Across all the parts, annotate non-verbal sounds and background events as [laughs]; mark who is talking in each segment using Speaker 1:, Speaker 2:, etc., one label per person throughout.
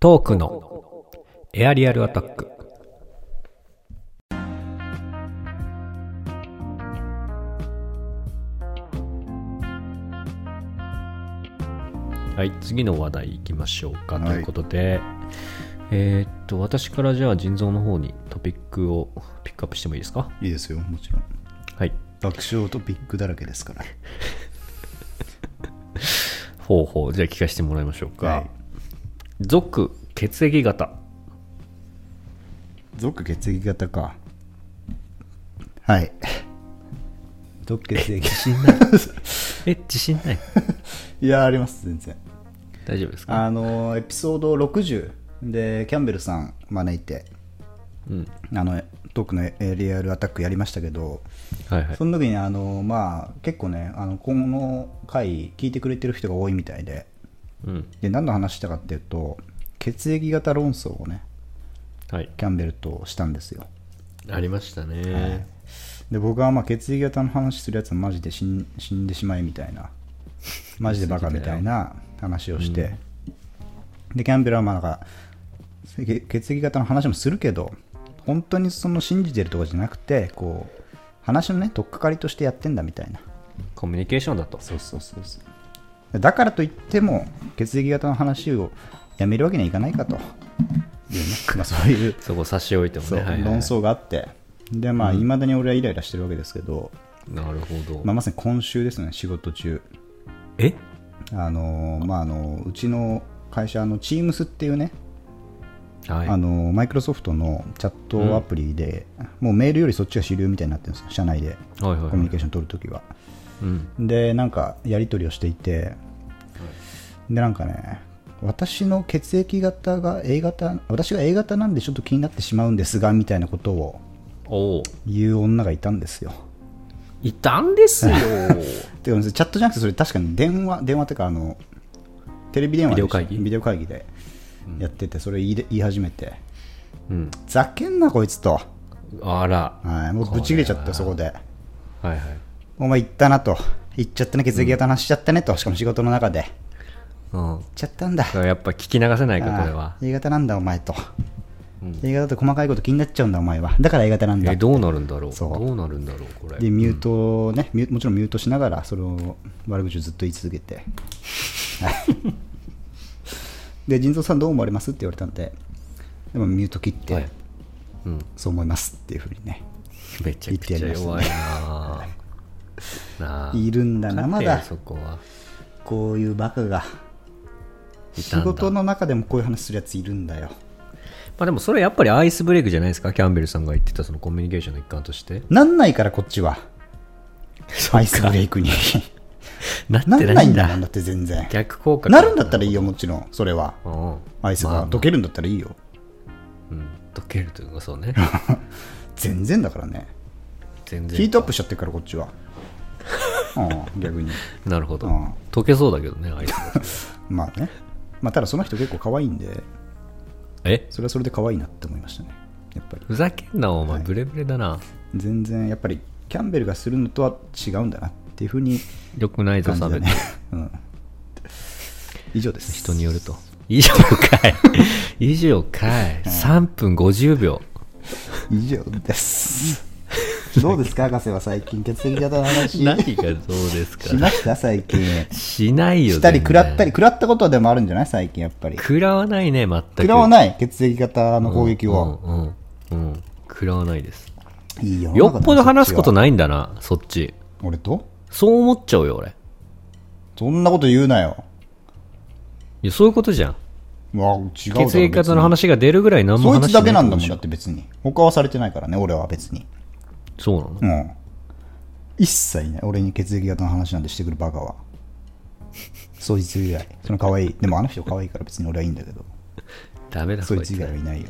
Speaker 1: トークのエアリアルアタック。はい、次の話題いきましょうか、
Speaker 2: は
Speaker 1: と
Speaker 2: い
Speaker 1: いうことで、えーっと、私からじゃあ、腎臓の方にトピックをピックアップしてもいいですか
Speaker 2: いいですよ、もちろん。
Speaker 1: はい。
Speaker 2: 爆笑とビッグだらけですから。
Speaker 1: ほうほう、じゃあ聞かせてもらいましょうか。
Speaker 2: はい
Speaker 1: 属血液型。
Speaker 2: 属血液型か。はい。属血液。
Speaker 1: え、自信ない
Speaker 2: [laughs] いや、あります、全然。
Speaker 1: 大丈夫ですか
Speaker 2: あの、エピソード60で、キャンベルさん招いて、
Speaker 1: うん。
Speaker 2: あの、トークのエリアルアタックやりましたけど、
Speaker 1: はいはい
Speaker 2: そ。の時にあの、まあ、結構ね、あのこの回、聞いてくれてる人が多いみたいで、
Speaker 1: うん。
Speaker 2: で何の話したかっていうと、血液型論争をね、
Speaker 1: はい。
Speaker 2: キャンベルとしたんですよ。
Speaker 1: ありましたね。
Speaker 2: で僕はまあ血液型の話するやつはマジで死ん死んでしまえみたいなマジでバカみたいな話をして、でキャンベルはまあなんか血血液型の話もするけど本当にその信じてるとかじゃなくてこう話のね取っかかりとしてやってんだみたいな
Speaker 1: コミュニケーションだと。
Speaker 2: そうそうそうそうだからといっても血液型の話をやめるわけにはいかないか [laughs] というね、まあ、そういう
Speaker 1: そこ差し置いても
Speaker 2: そ
Speaker 1: ね。
Speaker 2: う
Speaker 1: はいはいはい
Speaker 2: 論争があってでまあいまだに俺はイライラしてるわけですけど、
Speaker 1: なるほど。
Speaker 2: まあ、まさに今週ですね、仕事中、
Speaker 1: え
Speaker 2: あのーまあ、あのうちの会社の Teams っていうね、
Speaker 1: はい。
Speaker 2: あのマイクロソフトのチャットアプリで、もうメールよりそっちが主流みたいになってるんですよ、社内で
Speaker 1: はいはい
Speaker 2: コ
Speaker 1: はい
Speaker 2: ミュニケーション取るときは。
Speaker 1: うん。
Speaker 2: で、なんかやり取りをしていて、で、なんかね、私の血液型が A 型、私が A 型なんでちょっと気になってしまうんですがみたいなことを
Speaker 1: おお。
Speaker 2: 言う女がいたんですよ。
Speaker 1: いたんですよ。
Speaker 2: てかチャットじゃなくてそれ確かに電話電話っていうかあのテレビ電話
Speaker 1: ビデ
Speaker 2: で
Speaker 1: オ会議
Speaker 2: ビデオ会議でやっててそれ言いで言い始めて
Speaker 1: うん。
Speaker 2: 「ざけんなこいつ」と、
Speaker 1: [laughs] あら。
Speaker 2: はい、もうぶち切れちゃっ
Speaker 1: これ
Speaker 2: て
Speaker 1: は
Speaker 2: そこで
Speaker 1: はいはい。
Speaker 2: 「お前言ったな」と「言っちゃったね血液型の話しちゃったね」としかも仕事の中で
Speaker 1: うん。
Speaker 2: 「言っちゃったんだ
Speaker 1: だ」からやっぱ聞き流せないか、これ
Speaker 2: あ
Speaker 1: は。
Speaker 2: ー A 型なんだお前と、
Speaker 1: うん。
Speaker 2: A 型と細かいこと気になっちゃうんだお前はだから A 型なんだ
Speaker 1: え、どうなるんだろう。
Speaker 2: そう
Speaker 1: どうなるんだろう、これ。
Speaker 2: でミュートをね、ミュもちろんミュートしながらそれを悪口をずっと言い続けてで腎臓さんどう思われますって言われたんででもミュート切って、
Speaker 1: はいうん。
Speaker 2: そう思いますっていうふうにね
Speaker 1: めちゃくちゃ弱いなあなあ。
Speaker 2: いるんだなま
Speaker 1: 勝てよ
Speaker 2: だ
Speaker 1: そこは。
Speaker 2: こういうバカが
Speaker 1: い
Speaker 2: 仕
Speaker 1: たんだ
Speaker 2: 事の中でもこういう話するやついるんだよ
Speaker 1: まあでもそれやっぱりアイスブレイクじゃないですか、キャンベルさんが言ってたそのコミュニケーションの一環として。
Speaker 2: なんないからこっちはアイスブレイ
Speaker 1: [laughs]
Speaker 2: クに
Speaker 1: なっ
Speaker 2: なん
Speaker 1: て
Speaker 2: な
Speaker 1: ない
Speaker 2: い
Speaker 1: ん
Speaker 2: んだ
Speaker 1: だ
Speaker 2: もん。だって全然
Speaker 1: 逆効果
Speaker 2: なるんだったらいいよもちろんそれは
Speaker 1: うんうん。
Speaker 2: アイス
Speaker 1: まあ
Speaker 2: が
Speaker 1: まあ
Speaker 2: 溶けるんだったらいいよ
Speaker 1: うん。溶けるというかそう
Speaker 2: [laughs]
Speaker 1: ね。
Speaker 2: 全然だからね
Speaker 1: 全然。
Speaker 2: ヒートアップしちゃってるからこっち
Speaker 1: [laughs]
Speaker 2: はうん逆に
Speaker 1: なるほど
Speaker 2: うん。
Speaker 1: 溶けそうだけどね、アイスが。
Speaker 2: まあね、まあ、ただその人結構可愛いんで [laughs]
Speaker 1: え
Speaker 2: それはそれで可愛いなって思いましたねやっぱり
Speaker 1: ふざけんな、お前。ブレブレだな。
Speaker 2: 全然やっぱりキャンベルがするのとは違うんだなっていうふうに
Speaker 1: よくないぞ、
Speaker 2: 感じ
Speaker 1: 差
Speaker 2: だ
Speaker 1: 別
Speaker 2: ね。、 [laughs] うん、以上です
Speaker 1: 人による
Speaker 2: [laughs]
Speaker 1: と。以上かい。以上かい。3分50秒。
Speaker 2: 以上です
Speaker 1: [laughs]
Speaker 2: どうですか博士は最近血液型の話
Speaker 1: 何がどうです
Speaker 2: し
Speaker 1: か
Speaker 2: ました最近
Speaker 1: しないよ。
Speaker 2: したり食らった
Speaker 1: り。
Speaker 2: り食らったことはでもあるんじゃない最近やっぱり
Speaker 1: 食らわないね、全く。
Speaker 2: 食らわない血液型の攻撃を、
Speaker 1: うんうん、うん、食らわないです
Speaker 2: いいよ
Speaker 1: よっぽど話すこと
Speaker 2: な
Speaker 1: ないんだなそっち
Speaker 2: 俺と
Speaker 1: そう思っちゃうよ俺
Speaker 2: そんなこと言うなよ。
Speaker 1: いやそういうことじゃん
Speaker 2: うわ、違うだろ
Speaker 1: 血液型の話が出るぐらい何
Speaker 2: 別に
Speaker 1: も
Speaker 2: そい
Speaker 1: 話
Speaker 2: つ
Speaker 1: して
Speaker 2: だ
Speaker 1: ない
Speaker 2: けなんだ
Speaker 1: っ
Speaker 2: もん、
Speaker 1: て
Speaker 2: だ
Speaker 1: こ
Speaker 2: って別に。他はされてないからね、俺は別に。
Speaker 1: とでしょそうなの、
Speaker 2: うん。一切ね、俺に血液型の話なんてしてくるバカは。 [laughs] そいつ以外。その可愛い。でもあの人可愛いから別に俺はいいんだけど、
Speaker 1: ダメだ
Speaker 2: そ
Speaker 1: そ
Speaker 2: い
Speaker 1: い
Speaker 2: つ以
Speaker 1: つ
Speaker 2: 外はいないよ。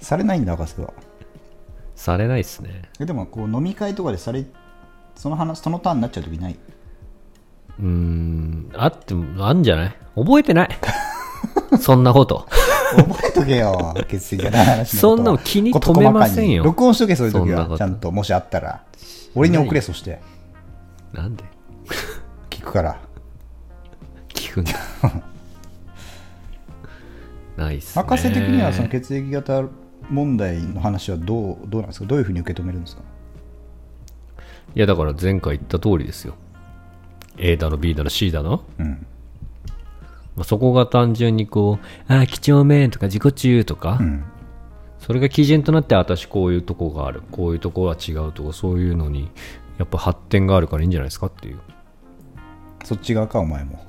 Speaker 2: されないんだ、博士は。
Speaker 1: されないっすね
Speaker 2: えでも、こう飲み会とかでされ、その話、そのターンになっちゃうときない。
Speaker 1: うーんあってもあんじゃない覚えてない [laughs] そんなこと
Speaker 2: 覚えとけよ、血液型の話のことは
Speaker 1: そんなの気に留めませんよ
Speaker 2: 事細かに録音しとけ、そういう時
Speaker 1: そんなこと
Speaker 2: は。ちゃんと、もしあったら。俺に送れ、そして。
Speaker 1: なんで
Speaker 2: 聞くから。 [laughs]
Speaker 1: 聞くんだないっすね
Speaker 2: 博士的にはその血液型問題の話はどうどうなんですかどういうふうに受け止めるんですか
Speaker 1: いやだから前回言った通りですよ A だの B だの C だの、
Speaker 2: うん
Speaker 1: まあ、そこが単純にこうああ几帳面とか自己中とか、
Speaker 2: うん
Speaker 1: それが基準となって私こういうとこがあるこういうとこは違うとかそういうのにやっぱ発展があるからいいんじゃないですかっていう
Speaker 2: そっち側かお前も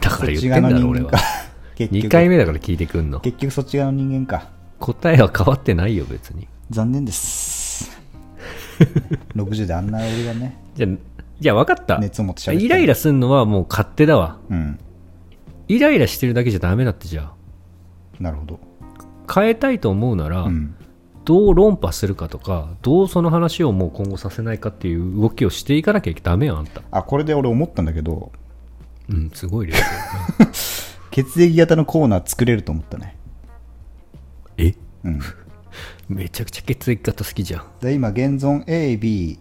Speaker 1: だから
Speaker 2: そっ
Speaker 1: 言っ
Speaker 2: ち
Speaker 1: てんだ
Speaker 2: 側の
Speaker 1: ろ
Speaker 2: 人
Speaker 1: 俺
Speaker 2: 間
Speaker 1: は [laughs]
Speaker 2: か [laughs] 結
Speaker 1: 2
Speaker 2: 局
Speaker 1: 回目だから聞いてくんの
Speaker 2: 結局そっち側の人間か
Speaker 1: 答えは変わってないよ別に
Speaker 2: 残念です
Speaker 1: [laughs]
Speaker 2: 60であんな俺がね
Speaker 1: じゃあじゃあ分かった
Speaker 2: 熱を持って喋って
Speaker 1: イライラすんのはもう勝手だわ
Speaker 2: うん
Speaker 1: イライラしてるだけじゃダメだってじゃ
Speaker 2: なるほど
Speaker 1: あ変えたいと思うなら、
Speaker 2: うん
Speaker 1: どう論破するかとかどうその話をもう今後させないかっていう動きをしていかなきゃダメよあんた
Speaker 2: あこれで俺思ったんだけど
Speaker 1: うんすごい
Speaker 2: [laughs]
Speaker 1: ですよ
Speaker 2: 血液型のコーナー作れると思ったね
Speaker 1: え [laughs]
Speaker 2: うん
Speaker 1: めちゃくちゃ血液型好きじゃん
Speaker 2: で今現存 ABC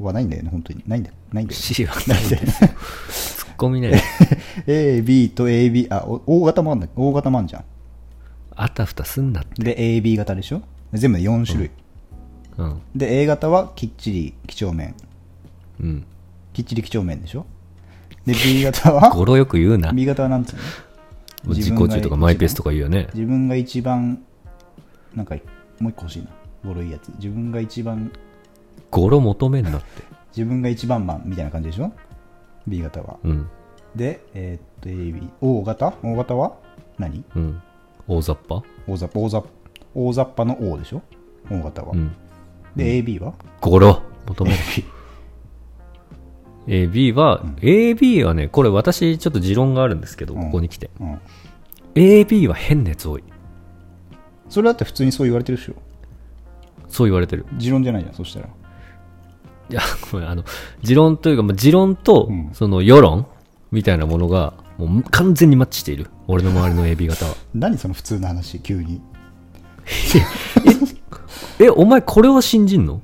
Speaker 2: はないんだよね本当にないんだないんだよ
Speaker 1: C は
Speaker 2: な
Speaker 1: ないい
Speaker 2: ん
Speaker 1: で
Speaker 2: だよ [laughs]
Speaker 1: ツッコミね
Speaker 2: AB と AB あお O 型もあんだ O 型もあんじゃん
Speaker 1: あたふたすんな
Speaker 2: で AB 型でしょ全部で4種類、
Speaker 1: うん
Speaker 2: で A 型はきっちり几帳面
Speaker 1: うん
Speaker 2: きっちり几帳面でしょで
Speaker 1: [laughs]
Speaker 2: B 型は
Speaker 1: 語呂よく言うな
Speaker 2: B 型はなんつうの
Speaker 1: 自己中とかマイペースとか言うよね
Speaker 2: 自分が一番なんかもう一個欲しいなボロいやつ自分が一番
Speaker 1: 語呂求めんなって
Speaker 2: 自分が一番マンみたいな感じでしょ B 型は
Speaker 1: うん
Speaker 2: でえーっと AB O 型 O 型は何
Speaker 1: うん大雑把
Speaker 2: O 雑把 O 雑大雑把の O でしょ O 型は、
Speaker 1: うん
Speaker 2: で AB は
Speaker 1: 語呂求め [laughs] る AB は、AB はねこれ私ちょっと持論があるんですけど、
Speaker 2: うん
Speaker 1: ここに来て
Speaker 2: うん
Speaker 1: AB は変なやつ多い
Speaker 2: それだって普通にそう言われてるでしょ
Speaker 1: そう言われてる
Speaker 2: 持論じゃないじゃんそしたら
Speaker 1: いや [laughs] ごめんあの持論というか、まあ、持論と、
Speaker 2: うん
Speaker 1: その世論みたいなものがもう完全にマッチしている俺の周りの AB 型は [laughs]
Speaker 2: 何その普通の話急に
Speaker 1: えお前これは信じんの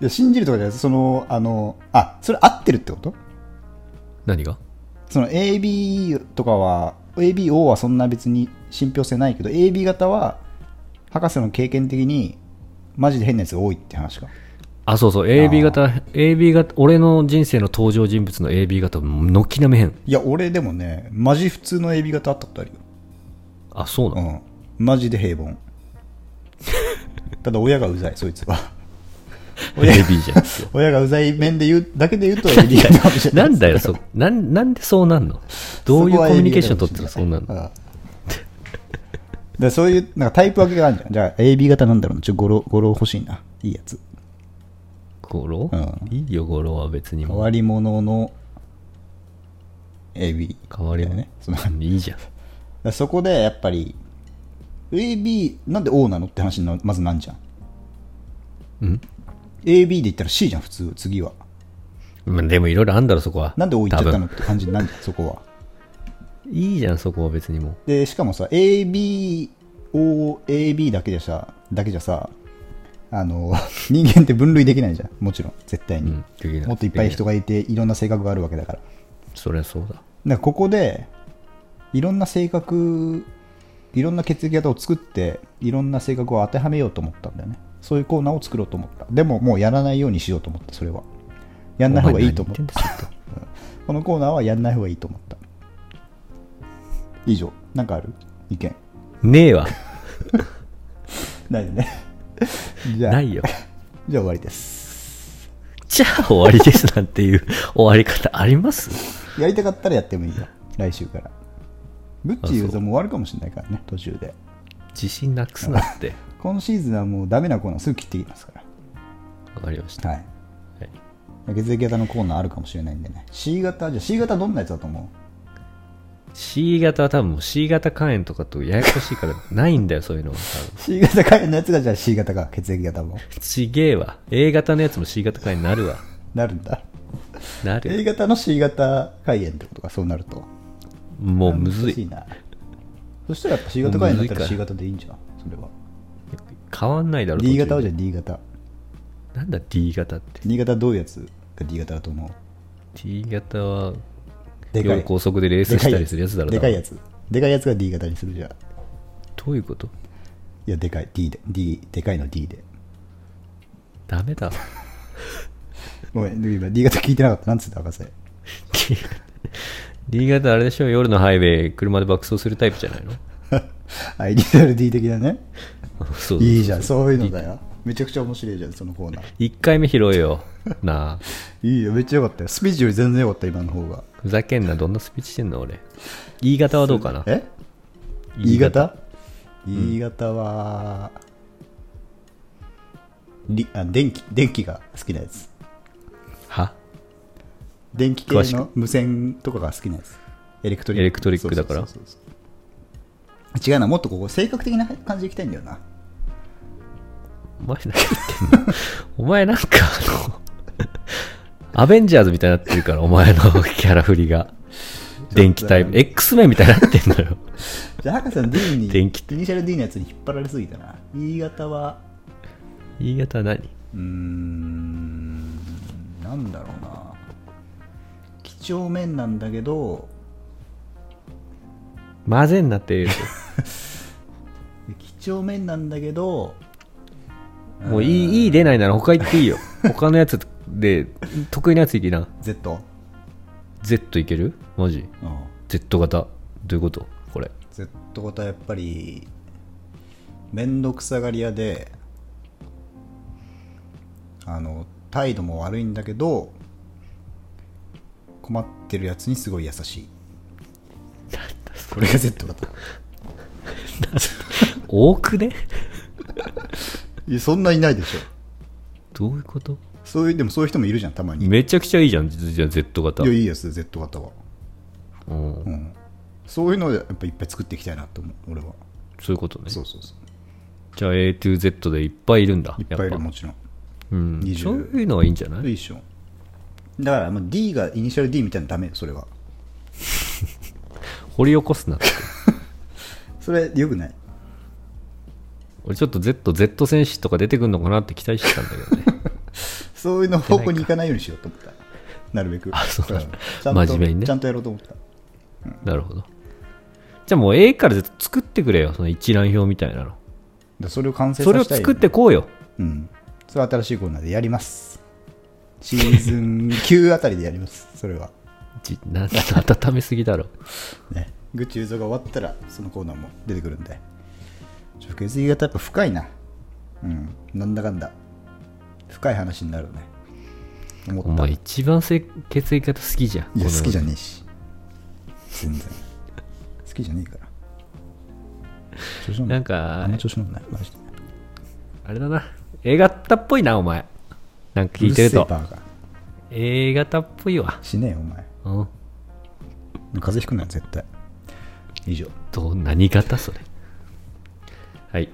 Speaker 2: いや信じるとかじゃないですそのあのあそれ合ってるってこと
Speaker 1: 何が
Speaker 2: その AB とかは ABO はそんな別に信憑性ないけど AB 型は博士の経験的にマジで変なやつが多いって話か
Speaker 1: あそうそう AB 型 AB 型俺の人生の登場人物の AB 型軒並み変
Speaker 2: いや俺でもねマジ普通の AB 型あったことあるよ
Speaker 1: あそうな
Speaker 2: う
Speaker 1: の、
Speaker 2: んマジで平
Speaker 1: [laughs]
Speaker 2: 凡ただ親がうざいそいつは [laughs] 親
Speaker 1: AB じゃん
Speaker 2: 親がうざい面で言うだけで言うと AB 型かもしれな
Speaker 1: ないんだよ、そうなん、なんでそうなんのどういうコミュニケーション取ってるのそんなの。
Speaker 2: だからそういうなんかタイプ分けがあるじゃんじゃあ AB 型なんだろうなちょっと語呂語呂欲しいないいやつ
Speaker 1: ゴロ、
Speaker 2: うん
Speaker 1: いいよ、ゴロは別に
Speaker 2: 変
Speaker 1: もう。
Speaker 2: わり者の AB
Speaker 1: 変わりも
Speaker 2: だよ
Speaker 1: ね
Speaker 2: ねそのだか。
Speaker 1: いいじゃん。
Speaker 2: らそこでやっぱり AB なんで O なのって話になまずなんじゃん
Speaker 1: うん、
Speaker 2: AB で言ったら C じゃん普通次は
Speaker 1: まあでもいろいろあんだろ、そこは。
Speaker 2: なんで O 言っちゃったの
Speaker 1: 多
Speaker 2: って感じになるじゃんそこはい
Speaker 1: いじゃん、そこは別にもう。
Speaker 2: でしかもさ ABOAB だけでさだけじゃさあの人間って分類できないじゃんもちろん絶対
Speaker 1: う
Speaker 2: に
Speaker 1: ん、、できな
Speaker 2: もっといっぱい
Speaker 1: で
Speaker 2: 人がいていろんな性格があるわけだからだか
Speaker 1: きないそりゃそうだ。
Speaker 2: らここでいろんな性格いろんな血液型を作っていろんな性格を当てはめようと思ったんだよねそういうコーナーを作ろうと思ったでももうやらないようにしようと思ったそれはやんない方がいいと思った
Speaker 1: お前何言ってんだよ
Speaker 2: このコーナーはやんない方がいいと思った以上なんかある意見
Speaker 1: ねえ
Speaker 2: [laughs]
Speaker 1: わ。
Speaker 2: ないよね [laughs] じゃあ
Speaker 1: ないよ。
Speaker 2: じゃあ終わりです
Speaker 1: じゃあ終わりですなんていう [laughs] 終わり方あります
Speaker 2: やりたかったらやってもいいよ来週からブッチユー
Speaker 1: あそ
Speaker 2: ザーも終わるかもしれないからね途中で
Speaker 1: 自信なくすなって。
Speaker 2: 今シーズンはもうダメなコーナーすぐ切っていきますか
Speaker 1: わかりました。
Speaker 2: らはい
Speaker 1: はい
Speaker 2: 血液型のコーナーあるかもしれないんでね C 型じゃあ C 型どんなやつだと思
Speaker 1: C 型は多分もう C 型肝炎とかとややこしいからないんだよ、そういうのは。多分
Speaker 2: う C 型かのやつがじゃあ C 型か血液型も
Speaker 1: ちげえわ。A 型のやつも C 型肝炎になるわ。
Speaker 2: なるんだ
Speaker 1: なる
Speaker 2: A
Speaker 1: よ。
Speaker 2: 型の C 型肝炎ってことかそうなると
Speaker 1: もうむず
Speaker 2: 難し
Speaker 1: い。
Speaker 2: なそしたらやっぱ C 型肝炎だったら C 型でいいんじゃんそれは
Speaker 1: 変わんないだろ。
Speaker 2: D 型はじ
Speaker 1: ゃ
Speaker 2: ゃあ D 型
Speaker 1: なんだ D 型って。
Speaker 2: D 型どういうやつが D 型だと思う
Speaker 1: D 型は、
Speaker 2: でかい
Speaker 1: 夜高速でレースしたりするやつだろ。
Speaker 2: でかいやつでかいやつが D 型にするじゃん。
Speaker 1: どういうこと
Speaker 2: いや、でかい、D で、D、でかいの D で。
Speaker 1: ダメだ。
Speaker 2: ごめん、今 D 型聞いてなかった。なんつった、博士。
Speaker 1: [laughs] D 型あれでしょ夜のハイウェイ、車で爆走するタイプじゃないの [laughs]
Speaker 2: [laughs] アイディアル D 的なね。
Speaker 1: そう
Speaker 2: いいじゃん、そういうのだよ。めちゃくちゃ面白いじゃん、そのコーナー。
Speaker 1: 1回目拾えよ。なあ。
Speaker 2: いいよ、めっちゃよかったよ。スピーチより全然よかった、今の方が。
Speaker 1: ふざけんな、どんなスピーチしてんの俺。E 型はどうかな
Speaker 2: え ?E 型 ?E 型は、りあ電気、電気が好きなやつ。
Speaker 1: は
Speaker 2: 電気系
Speaker 1: 詳し
Speaker 2: の
Speaker 1: く
Speaker 2: 無線とかが好きなやつ。エレクトリック。
Speaker 1: エレクトリックだから
Speaker 2: そうそうそうそう違うな、もっとここ、性格的な感じでいきたいんだよな。
Speaker 1: お前何言ってんの [laughs] お前なんかあの、アベンジャーズみたいになってるから、お前のキャラ振りが。電気タイプ。X メンみたいになってんのよ。 [laughs]
Speaker 2: じゃあ、博士の D に、
Speaker 1: 電気
Speaker 2: イニシャル D のやつに引っ張られすぎたな。E 型は、
Speaker 1: E 型は何
Speaker 2: うーんなんだろうな几帳面なんだけど
Speaker 1: 混ぜんなって言うよ [laughs]
Speaker 2: 几帳面なんだけど
Speaker 1: もういい、いい出ないなら他行っていいよ。他のやつで、得意なやついきな。
Speaker 2: Z、
Speaker 1: Z いけるマジ
Speaker 2: うん
Speaker 1: ?Z 型。どういうことこれ。
Speaker 2: Z 型やっぱり面倒くさがり屋であの態度も悪いんだけど困ってるやつにすごい優しいこれが Z 型
Speaker 1: 多くね
Speaker 2: いやそんないないでしょ
Speaker 1: どういうこと
Speaker 2: そういうでもそういう人もいるじゃんたまに
Speaker 1: めちゃくちゃいいじゃん、じゃあ Z 型
Speaker 2: いや。いいやつだよ Z 型は、
Speaker 1: うん
Speaker 2: う。ん、そういうのをやっぱいっぱい作っていきたいなと思う俺は
Speaker 1: そういうことね。
Speaker 2: そうそうそう
Speaker 1: じゃあ A to Z でいっぱいいるんだ。
Speaker 2: いっぱいい
Speaker 1: や
Speaker 2: る
Speaker 1: ぱ
Speaker 2: もちろん
Speaker 1: うん
Speaker 2: 20
Speaker 1: そういうのはいいんじゃない
Speaker 2: いいっしょだからもう D がイニシャル D みたいなのダメよそれは
Speaker 1: 掘り起こすな。
Speaker 2: それよくない
Speaker 1: 俺ちょっと Z、Z 戦士とか出てくるのかなって期待してたんだ
Speaker 2: [laughs]
Speaker 1: けどね。
Speaker 2: そういうの方向に行かないようにしようと思ったなるべく
Speaker 1: あそうなんだ
Speaker 2: ちゃんと
Speaker 1: 真面目にね
Speaker 2: ちゃんとやろうと思った
Speaker 1: なるほど。じゃあもう A から Z 作ってくれよ。その一覧表みたいなの。
Speaker 2: でそれを完成さ
Speaker 1: そ
Speaker 2: せた
Speaker 1: れを
Speaker 2: いよね
Speaker 1: 作ってこうよ。
Speaker 2: うんそれは新しいコーナーでやりますシーズン9あたりでやりますそれは
Speaker 1: じな温めすぎだろ。
Speaker 2: ね、グッチ映像が終わったらそのコーナーも出てくるんでちょ血液型やっぱ深いなうんなんだかんだ深い話になるね思った
Speaker 1: お前一番せ血液型好きじゃん。
Speaker 2: いや
Speaker 1: この
Speaker 2: 好きじゃねえし全然好きじゃねえから調子乗ん
Speaker 1: な
Speaker 2: なん
Speaker 1: か
Speaker 2: あんま調子乗んないマジで
Speaker 1: あれだな。A 型っぽいな、お前。なんか聞いてる
Speaker 2: う
Speaker 1: と
Speaker 2: るせ。えバーが
Speaker 1: A 型っぽいわ。
Speaker 2: しねえよお前
Speaker 1: うん。
Speaker 2: 風邪ひくなよ絶対以上
Speaker 1: どう何型それ。はい。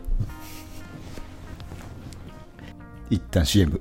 Speaker 2: 一旦 CM